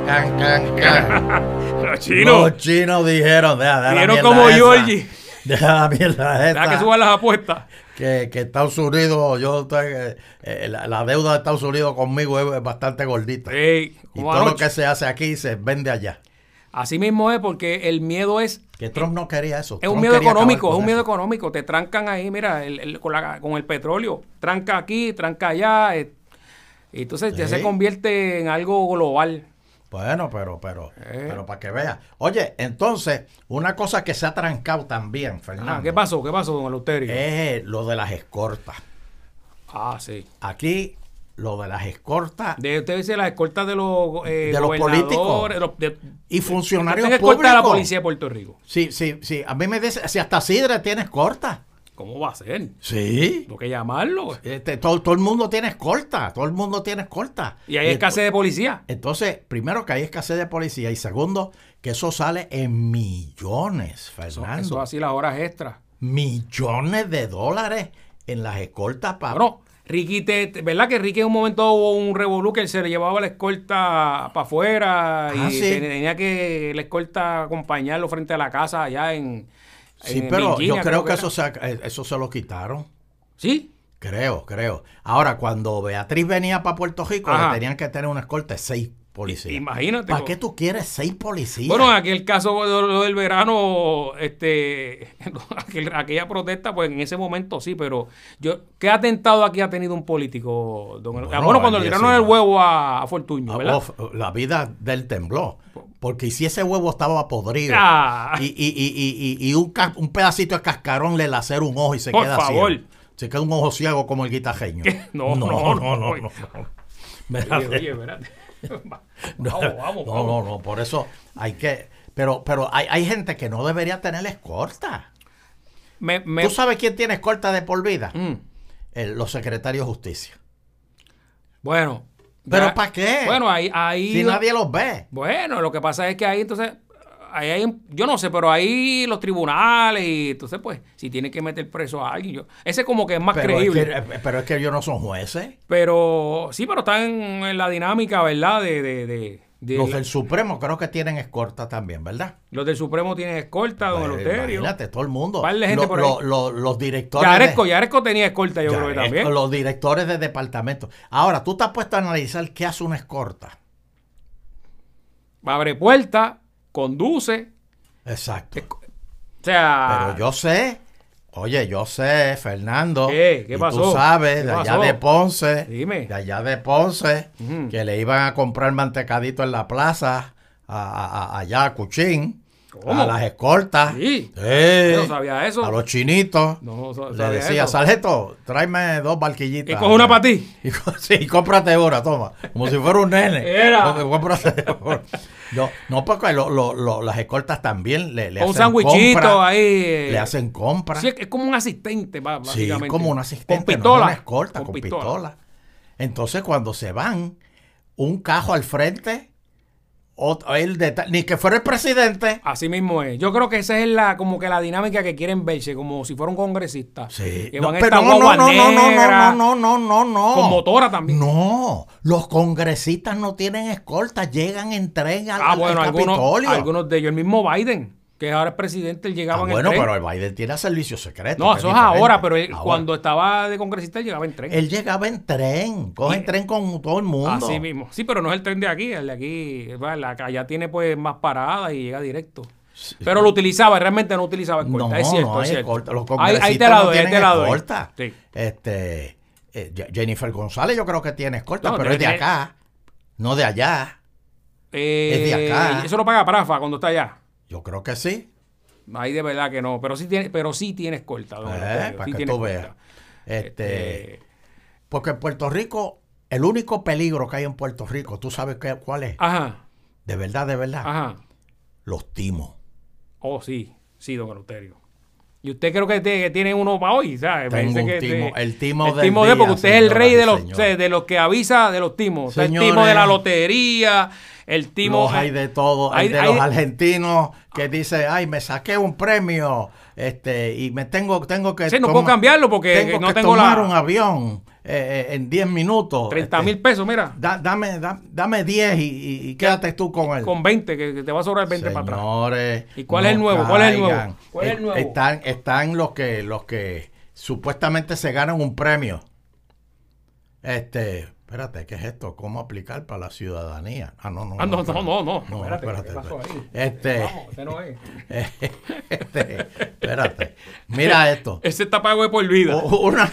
Speaker 2: Can, can, can.
Speaker 1: Los chinos.
Speaker 2: Los chinos dijeron, deja, deja
Speaker 1: Dijeron
Speaker 2: la mierda
Speaker 1: como
Speaker 2: esa.
Speaker 1: Georgie.
Speaker 2: Deja la mierda
Speaker 1: Deja que
Speaker 2: esa.
Speaker 1: suban las apuestas.
Speaker 2: Que, que Estados Unidos, yo estoy, eh, eh, la, la deuda de Estados Unidos conmigo es bastante gordita.
Speaker 1: Ey,
Speaker 2: y
Speaker 1: como
Speaker 2: todo lo
Speaker 1: anoche.
Speaker 2: que se hace aquí se vende allá.
Speaker 1: Así mismo es, porque el miedo es
Speaker 2: Que Trump no quería eso.
Speaker 1: Es un
Speaker 2: Trump
Speaker 1: miedo
Speaker 2: quería acabar
Speaker 1: económico, es
Speaker 2: con
Speaker 1: un miedo
Speaker 2: eso.
Speaker 1: económico. Te trancan ahí, mira, el- el- con, la- con el petróleo. Tranca aquí, tranca allá. eh, y entonces ya
Speaker 2: Sí.
Speaker 1: se convierte en algo global.
Speaker 2: Bueno, pero, pero, pero para que vea. Oye, entonces, una cosa que se ha trancado también, Fernando,
Speaker 1: Ah, ¿Qué pasó? ¿Qué pasó, don Eleuterio?
Speaker 2: es lo de las escortas.
Speaker 1: Ah, sí.
Speaker 2: Aquí, lo de las escortas
Speaker 1: De, usted dice las escoltas de los, eh,
Speaker 2: De los
Speaker 1: gobernadores,
Speaker 2: políticos.
Speaker 1: los- de-
Speaker 2: y funcionarios
Speaker 1: Usted es escolta
Speaker 2: públicos.
Speaker 1: de la policía de Puerto Rico.
Speaker 2: Sí, sí, sí. A mí me dice, si hasta Sidre tiene escorta.
Speaker 1: ¿Cómo va a ser?
Speaker 2: Sí.
Speaker 1: Tengo que llamarlo.
Speaker 2: Este, todo, todo el mundo tiene escolta. Todo el mundo tiene escolta.
Speaker 1: Y hay escasez de policía.
Speaker 2: Entonces, primero que hay escasez de policía y segundo que eso sale en millones,
Speaker 1: Eso,
Speaker 2: Fernando.
Speaker 1: eso así las horas extras.
Speaker 2: millones de dólares en las escoltas para
Speaker 1: Bueno, Ricky, te- te- ¿verdad que Ricky en un momento hubo un revolú que él se le llevaba la escolta para afuera
Speaker 2: Ah,
Speaker 1: y
Speaker 2: sí.
Speaker 1: ten- tenía que la escolta acompañarlo frente a la casa allá en.
Speaker 2: Sí,
Speaker 1: en
Speaker 2: pero
Speaker 1: Virginia,
Speaker 2: yo creo que
Speaker 1: era.
Speaker 2: eso se, eh, eso se lo quitaron.
Speaker 1: Sí,
Speaker 2: Creo, creo. Ahora, cuando Beatriz venía para Puerto Rico,
Speaker 1: Ajá.
Speaker 2: le tenían que tener una escolta de seis policías.
Speaker 1: imagínate.
Speaker 2: ¿Para
Speaker 1: co-
Speaker 2: qué tú quieres seis policías?
Speaker 1: Bueno, eh, en aquel caso de lo del verano, este, aquel- aquella protesta, pues en ese momento sí, pero yo, ¿qué atentado aquí ha tenido un político? Don El- Ah, bueno,
Speaker 2: Bueno,
Speaker 1: cuando
Speaker 2: al
Speaker 1: le
Speaker 2: día
Speaker 1: tiraron el
Speaker 2: siguiente.
Speaker 1: huevo a, a Fortuño,
Speaker 2: Ah,
Speaker 1: ¿verdad?
Speaker 2: of- la vida del tembló. Porque si ese huevo estaba podrido
Speaker 1: Ah.
Speaker 2: y, y- y- y- y- y un, ca- un pedacito de cascarón le lacera un ojo y se
Speaker 1: Por
Speaker 2: queda
Speaker 1: favor.
Speaker 2: ciego. Se queda un ojo ciego como el guitajeño.
Speaker 1: No, no,
Speaker 2: no, no,
Speaker 1: no.
Speaker 2: no, no. Mira,
Speaker 1: Oye, oye, espérate.
Speaker 2: No,
Speaker 1: Vamos, vamos,
Speaker 2: no,
Speaker 1: vamos.
Speaker 2: no, no, por eso hay que... Pero, pero hay, hay gente que no debería tener escorta.
Speaker 1: Me, me-
Speaker 2: ¿Tú sabes quién tiene escorta de por vida?
Speaker 1: Mm.
Speaker 2: El- los secretarios de justicia.
Speaker 1: Bueno.
Speaker 2: ¿Pero
Speaker 1: ya-
Speaker 2: para qué?
Speaker 1: Bueno, ahí... ahí
Speaker 2: si nadie los ve.
Speaker 1: Bueno, lo que pasa es que ahí entonces... Ahí hay, un- yo no sé, pero ahí los tribunales y entonces pues si tienen que meter preso a alguien, yo, ese como que es más
Speaker 2: Pero es,
Speaker 1: creíble.
Speaker 2: que, eh, pero es que ellos no son jueces.
Speaker 1: Pero sí, pero están en la dinámica, ¿verdad? De, de, de- de-
Speaker 2: Los del Supremo creo que tienen escorta también, ¿verdad?
Speaker 1: los del Supremo tienen escolta, don
Speaker 2: Eh,
Speaker 1: Eleuterio.
Speaker 2: Imagínate, todo el mundo.
Speaker 1: Par de gente
Speaker 2: Lo-
Speaker 1: por
Speaker 2: lo-
Speaker 1: ahí.
Speaker 2: lo- los directores.
Speaker 1: Yaresco,
Speaker 2: de-
Speaker 1: Yaresco tenía escolta, yo creo que
Speaker 2: Yaresco,
Speaker 1: también.
Speaker 2: Los directores de departamento. Ahora, tú te has puesto a analizar qué hace una escorta.
Speaker 1: Abre puerta, conduce,
Speaker 2: Exacto.
Speaker 1: o sea...
Speaker 2: Pero yo sé, oye, yo sé, Fernando.
Speaker 1: ¿Qué? ¿Qué
Speaker 2: y
Speaker 1: pasó?
Speaker 2: Tú sabes,
Speaker 1: ¿Qué
Speaker 2: de allá
Speaker 1: pasó?
Speaker 2: de Ponce.
Speaker 1: Dime.
Speaker 2: De allá de Ponce,
Speaker 1: Ujú.
Speaker 2: que le iban a comprar mantecadito en la plaza, a, a- a- allá a Cuchín.
Speaker 1: ¿Cómo?
Speaker 2: A las escortas.
Speaker 1: Sí.
Speaker 2: Sí.
Speaker 1: Yo no sabía eso.
Speaker 2: A los chinitos.
Speaker 1: No, so-
Speaker 2: Le
Speaker 1: sabía
Speaker 2: decía,
Speaker 1: eso.
Speaker 2: Sargento, tráeme dos barquillitas.
Speaker 1: Y coge una pa' ti.
Speaker 2: Y co- sí, y cómprate una, toma. Como si fuera un nene.
Speaker 1: Era.
Speaker 2: Cómp- cómprate una. No, no, porque lo- lo- lo- las escoltas también le, le
Speaker 1: un
Speaker 2: hacen
Speaker 1: sandwichito
Speaker 2: compra,
Speaker 1: ahí. eh,
Speaker 2: Le hacen compra.
Speaker 1: sí, es, es como un asistente, va-
Speaker 2: Sí,
Speaker 1: básicamente.
Speaker 2: como un asistente,
Speaker 1: Con
Speaker 2: con
Speaker 1: pistola.
Speaker 2: una escolta, con, pistola. Entonces, cuando se van, un cajo al frente, otro- el deta- ni que fuera el presidente.
Speaker 1: Así mismo es. Yo creo que esa es la como que la dinámica que quieren verse, como si fuera un congresista.
Speaker 2: Sí.
Speaker 1: Que
Speaker 2: No,
Speaker 1: van a esta
Speaker 2: pero no, no,
Speaker 1: guagua
Speaker 2: no, no, no,
Speaker 1: negra.
Speaker 2: no, no, no, no, no.
Speaker 1: Con motora también.
Speaker 2: No, los congresistas no tienen escolta, llegan en tren al,
Speaker 1: Ah,
Speaker 2: al-
Speaker 1: bueno,
Speaker 2: al
Speaker 1: algunos,
Speaker 2: Capitolio.
Speaker 1: algunos de ellos. El mismo Biden, que ahora es presidente, él
Speaker 2: Ah,
Speaker 1: llegaba en
Speaker 2: bueno,
Speaker 1: el tren.
Speaker 2: pero el Biden tiene servicio secreto.
Speaker 1: no,
Speaker 2: que
Speaker 1: eso es
Speaker 2: diferente.
Speaker 1: ahora, pero él,
Speaker 2: Ahora.
Speaker 1: cuando estaba de congresista él llegaba en tren.
Speaker 2: Él llegaba en tren, coge en tren con todo el mundo.
Speaker 1: Así mismo. Sí, pero no es el tren de aquí. El de aquí, va, la, allá tiene pues más paradas y llega directo. Pero lo utilizaba, realmente no utilizaba escolta.
Speaker 2: No,
Speaker 1: es cierto,
Speaker 2: no
Speaker 1: es
Speaker 2: hay
Speaker 1: cierto.
Speaker 2: escolta. Los
Speaker 1: Ahí- ahí,
Speaker 2: congresistas
Speaker 1: te la
Speaker 2: no
Speaker 1: doy, ahí
Speaker 2: tienen
Speaker 1: te la doy.
Speaker 2: escolta.
Speaker 1: Sí.
Speaker 2: Este, eh, Je- Jennifer González yo creo que tiene escolta,
Speaker 1: No,
Speaker 2: pero es de
Speaker 1: tiene-
Speaker 2: acá, no de allá.
Speaker 1: Eh,
Speaker 2: Es de acá.
Speaker 1: Eso lo paga Prafa cuando está allá.
Speaker 2: Yo creo que sí.
Speaker 1: Ahí de verdad que no. Pero sí tiene, pero sí tiene escolta. don
Speaker 2: Eh,
Speaker 1: Eleuterio,
Speaker 2: para
Speaker 1: sí
Speaker 2: que
Speaker 1: tiene
Speaker 2: tú
Speaker 1: escolta.
Speaker 2: veas. Este,
Speaker 1: Eh,
Speaker 2: porque en Puerto Rico, el único peligro que hay en Puerto Rico, ¿tú sabes qué- cuál es?
Speaker 1: ajá,
Speaker 2: De verdad, de verdad.
Speaker 1: Ah. ajá.
Speaker 2: Los timos.
Speaker 1: Oh, sí, sí, don Eleuterio. Y usted creo que, te- que tiene uno para hoy, ¿sabes? Me
Speaker 2: Tengo
Speaker 1: dice
Speaker 2: un
Speaker 1: que
Speaker 2: timo,
Speaker 1: te-
Speaker 2: el timo
Speaker 1: el
Speaker 2: del
Speaker 1: timo de,
Speaker 2: día,
Speaker 1: porque usted es el
Speaker 2: señoras
Speaker 1: rey
Speaker 2: y
Speaker 1: de los,
Speaker 2: señores.
Speaker 1: de, de los que avisa de los timos. Está el timo
Speaker 2: Señores.
Speaker 1: de la lotería, el timo.
Speaker 2: Los hay de todo, hay, de los argentinos que dicen, ay, me saqué un premio, este, y me tengo, tengo que
Speaker 1: Sí, no
Speaker 2: toma-
Speaker 1: puedo cambiarlo porque
Speaker 2: tengo
Speaker 1: no
Speaker 2: que
Speaker 1: tengo la-
Speaker 2: tomar un avión eh, eh, en 10 minutos.
Speaker 1: 30 mil
Speaker 2: este,
Speaker 1: pesos, mira.
Speaker 2: da- dame, da- dame 10 y, y- y quédate tú con él.
Speaker 1: Con 20, que, que te va a sobrar 20 para atrás.
Speaker 2: Señores,
Speaker 1: ¿Y cuál es el nuevo? ¿Cuál es el nuevo? ¿Cuál es el
Speaker 2: Eh,
Speaker 1: nuevo?
Speaker 2: Están, están los que, los que supuestamente se ganan un premio. Este, espérate, ¿qué es esto? ¿Cómo aplicar para la ciudadanía? Ah, no, no.
Speaker 1: Ah, no, no,
Speaker 2: espérate.
Speaker 1: no, no.
Speaker 2: No,
Speaker 1: Espérate,
Speaker 2: espérate,
Speaker 1: ¿qué pasó
Speaker 2: espérate.
Speaker 1: ahí?
Speaker 2: Este,
Speaker 1: Vamos, ese no es.
Speaker 2: este, espérate. Mira esto. Oh.
Speaker 1: Ese está pago de por vida.
Speaker 2: U- Una,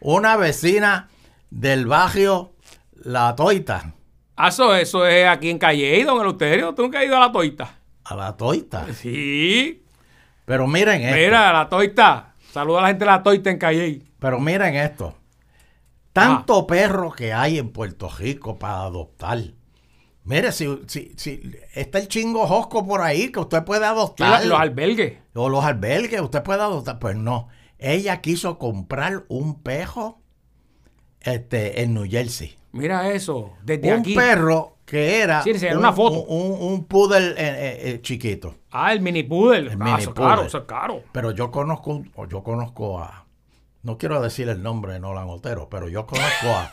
Speaker 2: una vecina del barrio La Toita
Speaker 1: Ah, Eso, eso es aquí en Calle, don Eleuterio. Tú nunca has ido a la toita.
Speaker 2: A la toita.
Speaker 1: Sí.
Speaker 2: Pero miren esto.
Speaker 1: Mira, la toita. Saluda a la gente de la toita en Calle.
Speaker 2: Pero miren esto. Tanto
Speaker 1: Ah.
Speaker 2: perro que hay en Puerto Rico para adoptar. Mire, si, si, si está el chingo josco por ahí que usted puede adoptar.
Speaker 1: Los albergues.
Speaker 2: o los albergues, usted puede adoptar. Pues no. Ella quiso comprar un pejo este, en New Jersey.
Speaker 1: Mira eso. Desde
Speaker 2: un
Speaker 1: aquí.
Speaker 2: perro que era
Speaker 1: Sí, sí, era
Speaker 2: un,
Speaker 1: una foto.
Speaker 2: un, un- un poodle eh, eh, eh, chiquito.
Speaker 1: Ah, el mini poodle.
Speaker 2: El
Speaker 1: ah,
Speaker 2: mini
Speaker 1: eso es caro,
Speaker 2: poodle.
Speaker 1: eso es caro.
Speaker 2: Pero yo conozco, un- o yo conozco a, no quiero decir el nombre de Nolan Otero, pero yo conozco a,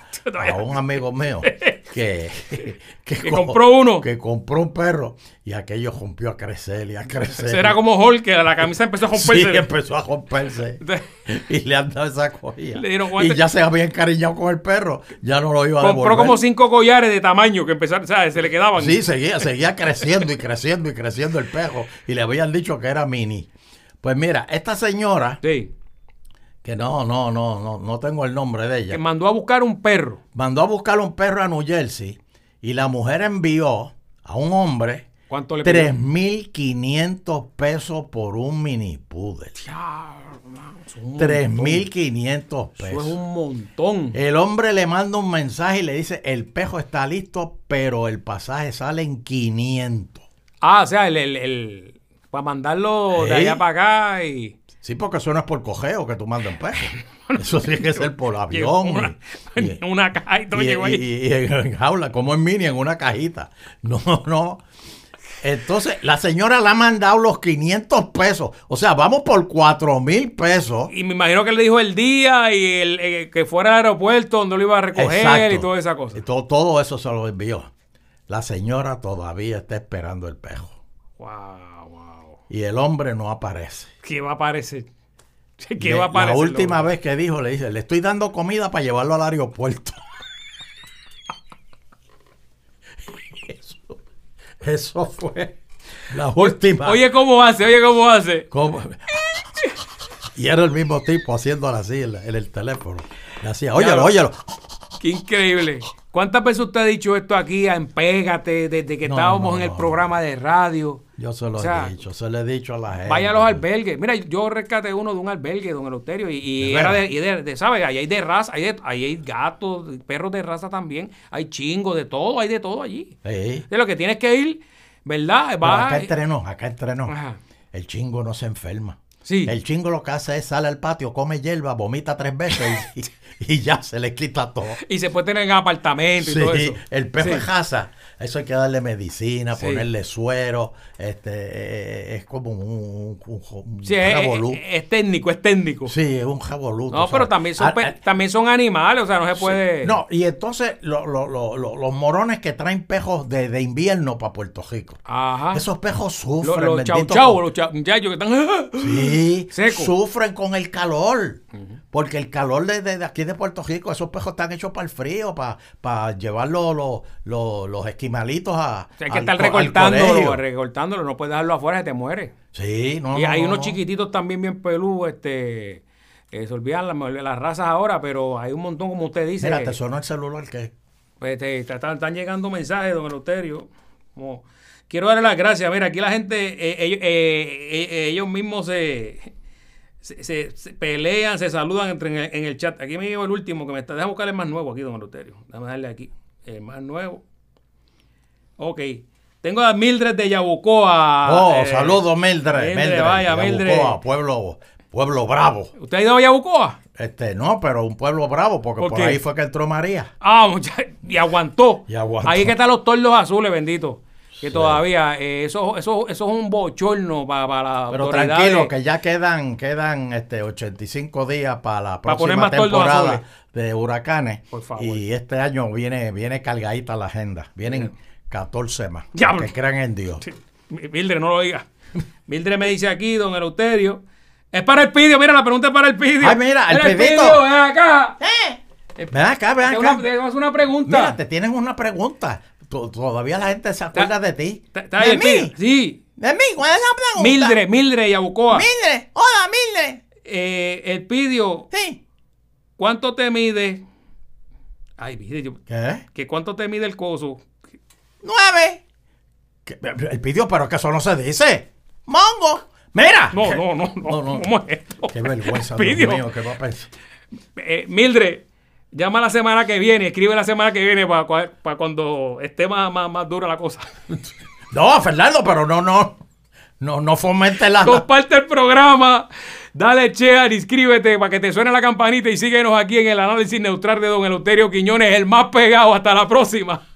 Speaker 2: a un amigo mío que, que,
Speaker 1: Que
Speaker 2: co-
Speaker 1: compró uno.
Speaker 2: Que compró un perro y aquello rompió a crecer y a crecer.
Speaker 1: Será como Hulk, que la camisa empezó a
Speaker 2: Sí,
Speaker 1: romperse.
Speaker 2: empezó a romperse y le han dado esa cogida.
Speaker 1: Le dieron
Speaker 2: Y
Speaker 1: guantes.
Speaker 2: ya se había encariñado con el perro, ya no lo iba a
Speaker 1: Compró
Speaker 2: devolver.
Speaker 1: como cinco collares de tamaño que empezaron, ¿sabes? Se le quedaban.
Speaker 2: Sí, seguía, seguía creciendo y creciendo y creciendo el perro. Y le habían dicho que era mini. Pues mira, esta señora,
Speaker 1: Sí.
Speaker 2: que no, no, no, no, no tengo el nombre de
Speaker 1: Que
Speaker 2: ella,
Speaker 1: mandó a buscar un perro.
Speaker 2: mandó a buscar un perro a New Jersey y la mujer envió a un hombre
Speaker 1: ¿Cuánto le pidió?
Speaker 2: 3.500 pesos por un mini poodle.
Speaker 1: Diablo, mano, eso es un montón.
Speaker 2: 3.500
Speaker 1: Eso es
Speaker 2: pesos.
Speaker 1: un montón.
Speaker 2: El hombre le manda un mensaje y le dice, el pejo está listo, pero el pasaje sale en 500.
Speaker 1: Ah, o sea, el, el, el- para mandarlo de
Speaker 2: Sí.
Speaker 1: allá para acá y
Speaker 2: Sí, porque eso no es por cogeo que tú mandas un peso. Eso tiene que ser por avión.
Speaker 1: una,
Speaker 2: y-
Speaker 1: en una caja y todo
Speaker 2: y,
Speaker 1: llegó ahí.
Speaker 2: y- y en, en jaula, como en mini, en una cajita. No, no. Entonces, la señora le ha mandado los 500 pesos. O sea, vamos por 4 mil pesos.
Speaker 1: Y, me imagino que le dijo el día y el eh, que fuera al aeropuerto donde lo iba a recoger
Speaker 2: Exacto. Este
Speaker 1: y toda esa cosa.
Speaker 2: Y todo, todo eso se lo envió. La señora todavía está esperando el pejo.
Speaker 1: Wow, wow.
Speaker 2: Y el hombre no aparece.
Speaker 1: ¿Qué va a aparecer? ¿Qué
Speaker 2: Le-
Speaker 1: va a aparecer?
Speaker 2: La última
Speaker 1: loco?
Speaker 2: vez que dijo, le dice, le estoy dando comida para llevarlo al aeropuerto. Eso, eso fue la última.
Speaker 1: Oye, ¿cómo hace? Oye, ¿cómo hace?
Speaker 2: ¿Cómo? Y era el mismo tipo haciéndolo así en, la- en el teléfono. Le hacía, óyelo,
Speaker 1: Claro.
Speaker 2: óyelo.
Speaker 1: Qué increíble. ¿Cuántas veces usted ha dicho esto aquí en Pégate desde que
Speaker 2: No,
Speaker 1: estábamos
Speaker 2: no,
Speaker 1: en el
Speaker 2: no.
Speaker 1: programa de radio?
Speaker 2: Yo se lo
Speaker 1: O sea,
Speaker 2: he dicho, se lo he dicho a la gente.
Speaker 1: Vaya a los albergues. Mira, yo rescaté uno de un albergue, don Eleuterio, y, y
Speaker 2: ¿De
Speaker 1: era de,
Speaker 2: veras?
Speaker 1: y de- de- ¿sabes? Ahí hay de raza, ahí, de- ahí hay gatos, perros de raza también, hay chingos, de todo, hay de todo allí.
Speaker 2: Sí.
Speaker 1: De lo que tienes que ir, ¿verdad?
Speaker 2: Pero
Speaker 1: Vas-
Speaker 2: acá entrenó, acá entrenó.
Speaker 1: Ajá.
Speaker 2: El chingo no se enferma.
Speaker 1: Sí.
Speaker 2: El chingo lo que hace es sale al patio, come hierba, vomita tres veces y, y ya se le quita todo.
Speaker 1: Y se puede tener en apartamento y todo
Speaker 2: Sí,
Speaker 1: eso.
Speaker 2: el pejo
Speaker 1: Sí.
Speaker 2: es jasa. Eso hay que darle medicina,
Speaker 1: Sí.
Speaker 2: ponerle suero. Este, eh, es como un, un, un- un
Speaker 1: Sí, es,
Speaker 2: revolú.
Speaker 1: es- es técnico, es técnico.
Speaker 2: Sí, es un jabolú. Ah,
Speaker 1: no, pero también son, pe- también son animales, o sea, no se puede...
Speaker 2: No, y entonces lo- lo- lo- lo- los morones que traen pejos de, de invierno para Puerto Rico.
Speaker 1: Ajá.
Speaker 2: Esos pejos
Speaker 1: Los,
Speaker 2: sufren.
Speaker 1: Ah. los
Speaker 2: bendito,
Speaker 1: chau chau, los chau- muchachos que están...
Speaker 2: Sí,
Speaker 1: Seco.
Speaker 2: sufren con el calor. Porque el calor de, de- de aquí de Puerto Rico, esos pejos están hechos para el frío, para, para llevar los, los, los- los esquimalitos a.
Speaker 1: O sea, hay que
Speaker 2: al
Speaker 1: estar
Speaker 2: co- al
Speaker 1: recortándolo,
Speaker 2: colegio.
Speaker 1: recortándolo, no puedes dejarlo afuera, se te muere.
Speaker 2: Sí, no.
Speaker 1: y
Speaker 2: no,
Speaker 1: hay
Speaker 2: no,
Speaker 1: unos
Speaker 2: no.
Speaker 1: chiquititos también bien peludos, este, eh, se olvidan la- las, razas ahora, pero hay un montón, como usted dice,
Speaker 2: Mira,
Speaker 1: que,
Speaker 2: te sonó el celular que.
Speaker 1: pues, te- te están, están llegando mensajes, don Eleuterio. Como, quiero darle las gracias, mira, aquí la gente, eh, ellos, eh, eh, ellos mismos se, se, se- se pelean, se saludan entre en el, en el chat. Aquí me llegó el último que me está, déjame buscar el más nuevo aquí, don Eleuterio. Déjame darle aquí, el más nuevo. Ok. Tengo a Mildred de Yabucoa.
Speaker 2: Oh,
Speaker 1: eh,
Speaker 2: saludos, Mildred.
Speaker 1: Mildred, vaya,
Speaker 2: de
Speaker 1: Mildred.
Speaker 2: Yabucoa, pueblo, pueblo bravo.
Speaker 1: ¿Usted ha ido a Yabucoa?
Speaker 2: Este, no, pero un pueblo bravo, porque
Speaker 1: ¿Por
Speaker 2: por
Speaker 1: qué?
Speaker 2: ahí fue que entró María.
Speaker 1: Ah, muchachos, y aguantó.
Speaker 2: Y aguantó.
Speaker 1: Ahí que están los tornos azules, bendito. Que todavía, eh, eso, eso, eso es un bochorno para, para la
Speaker 2: Pero
Speaker 1: autoridad
Speaker 2: tranquilo,
Speaker 1: de-
Speaker 2: que ya quedan, quedan este 85 días para la
Speaker 1: Para poner
Speaker 2: próxima
Speaker 1: más tordos
Speaker 2: temporada
Speaker 1: azules.
Speaker 2: de huracanes.
Speaker 1: Por favor.
Speaker 2: Y este año viene, viene cargadita la agenda. Vienen 14 más.
Speaker 1: Diablo.
Speaker 2: Que crean en Dios.
Speaker 1: Mildred, no lo diga. Mildred me dice aquí, don Eleuterio. Es para el pidio, mira, la pregunta es para el pidio.
Speaker 2: Ay, mira, el Pidito.
Speaker 1: ven acá.
Speaker 2: Eh. Ven acá, ven
Speaker 1: Te una-
Speaker 2: acá.
Speaker 1: te hago una pregunta.
Speaker 2: Mira, te tienen una pregunta. To- Todavía la gente se acuerda de ti.
Speaker 1: ¿Está- está ahí
Speaker 2: ¿De
Speaker 1: el
Speaker 2: mí?
Speaker 1: Pidio? Sí.
Speaker 2: ¿De mí? ¿Cuál es la pregunta?
Speaker 1: Mildred, Mildred Yabucoa.
Speaker 2: Mildred. Hola, Mildred.
Speaker 1: Eh, el pidio,
Speaker 2: Sí.
Speaker 1: ¿cuánto te mide? Ay, mire, yo-
Speaker 2: ¿Qué?
Speaker 1: que cuánto te mide el coso.
Speaker 2: nueve. Que- Él pidió, pero que eso no se dice. Mongo. Mira.
Speaker 1: No,
Speaker 2: Que-
Speaker 1: no, no, no.
Speaker 2: No, no.
Speaker 1: ¿Cómo es esto?
Speaker 2: Qué vergüenza,
Speaker 1: Pidió.
Speaker 2: Dios mío, que va a pensar.
Speaker 1: Eh, Mildred, llama la semana que viene, escribe la semana que viene para, cuando esté más, más, más dura la cosa.
Speaker 2: No, Fernando, pero no, no. No, no fomente la.
Speaker 1: Comparte el programa, dale share, inscríbete para que te suene la campanita y síguenos aquí en el análisis neutral de Don Eleuterio Quiñones, el más pegado. Hasta la próxima.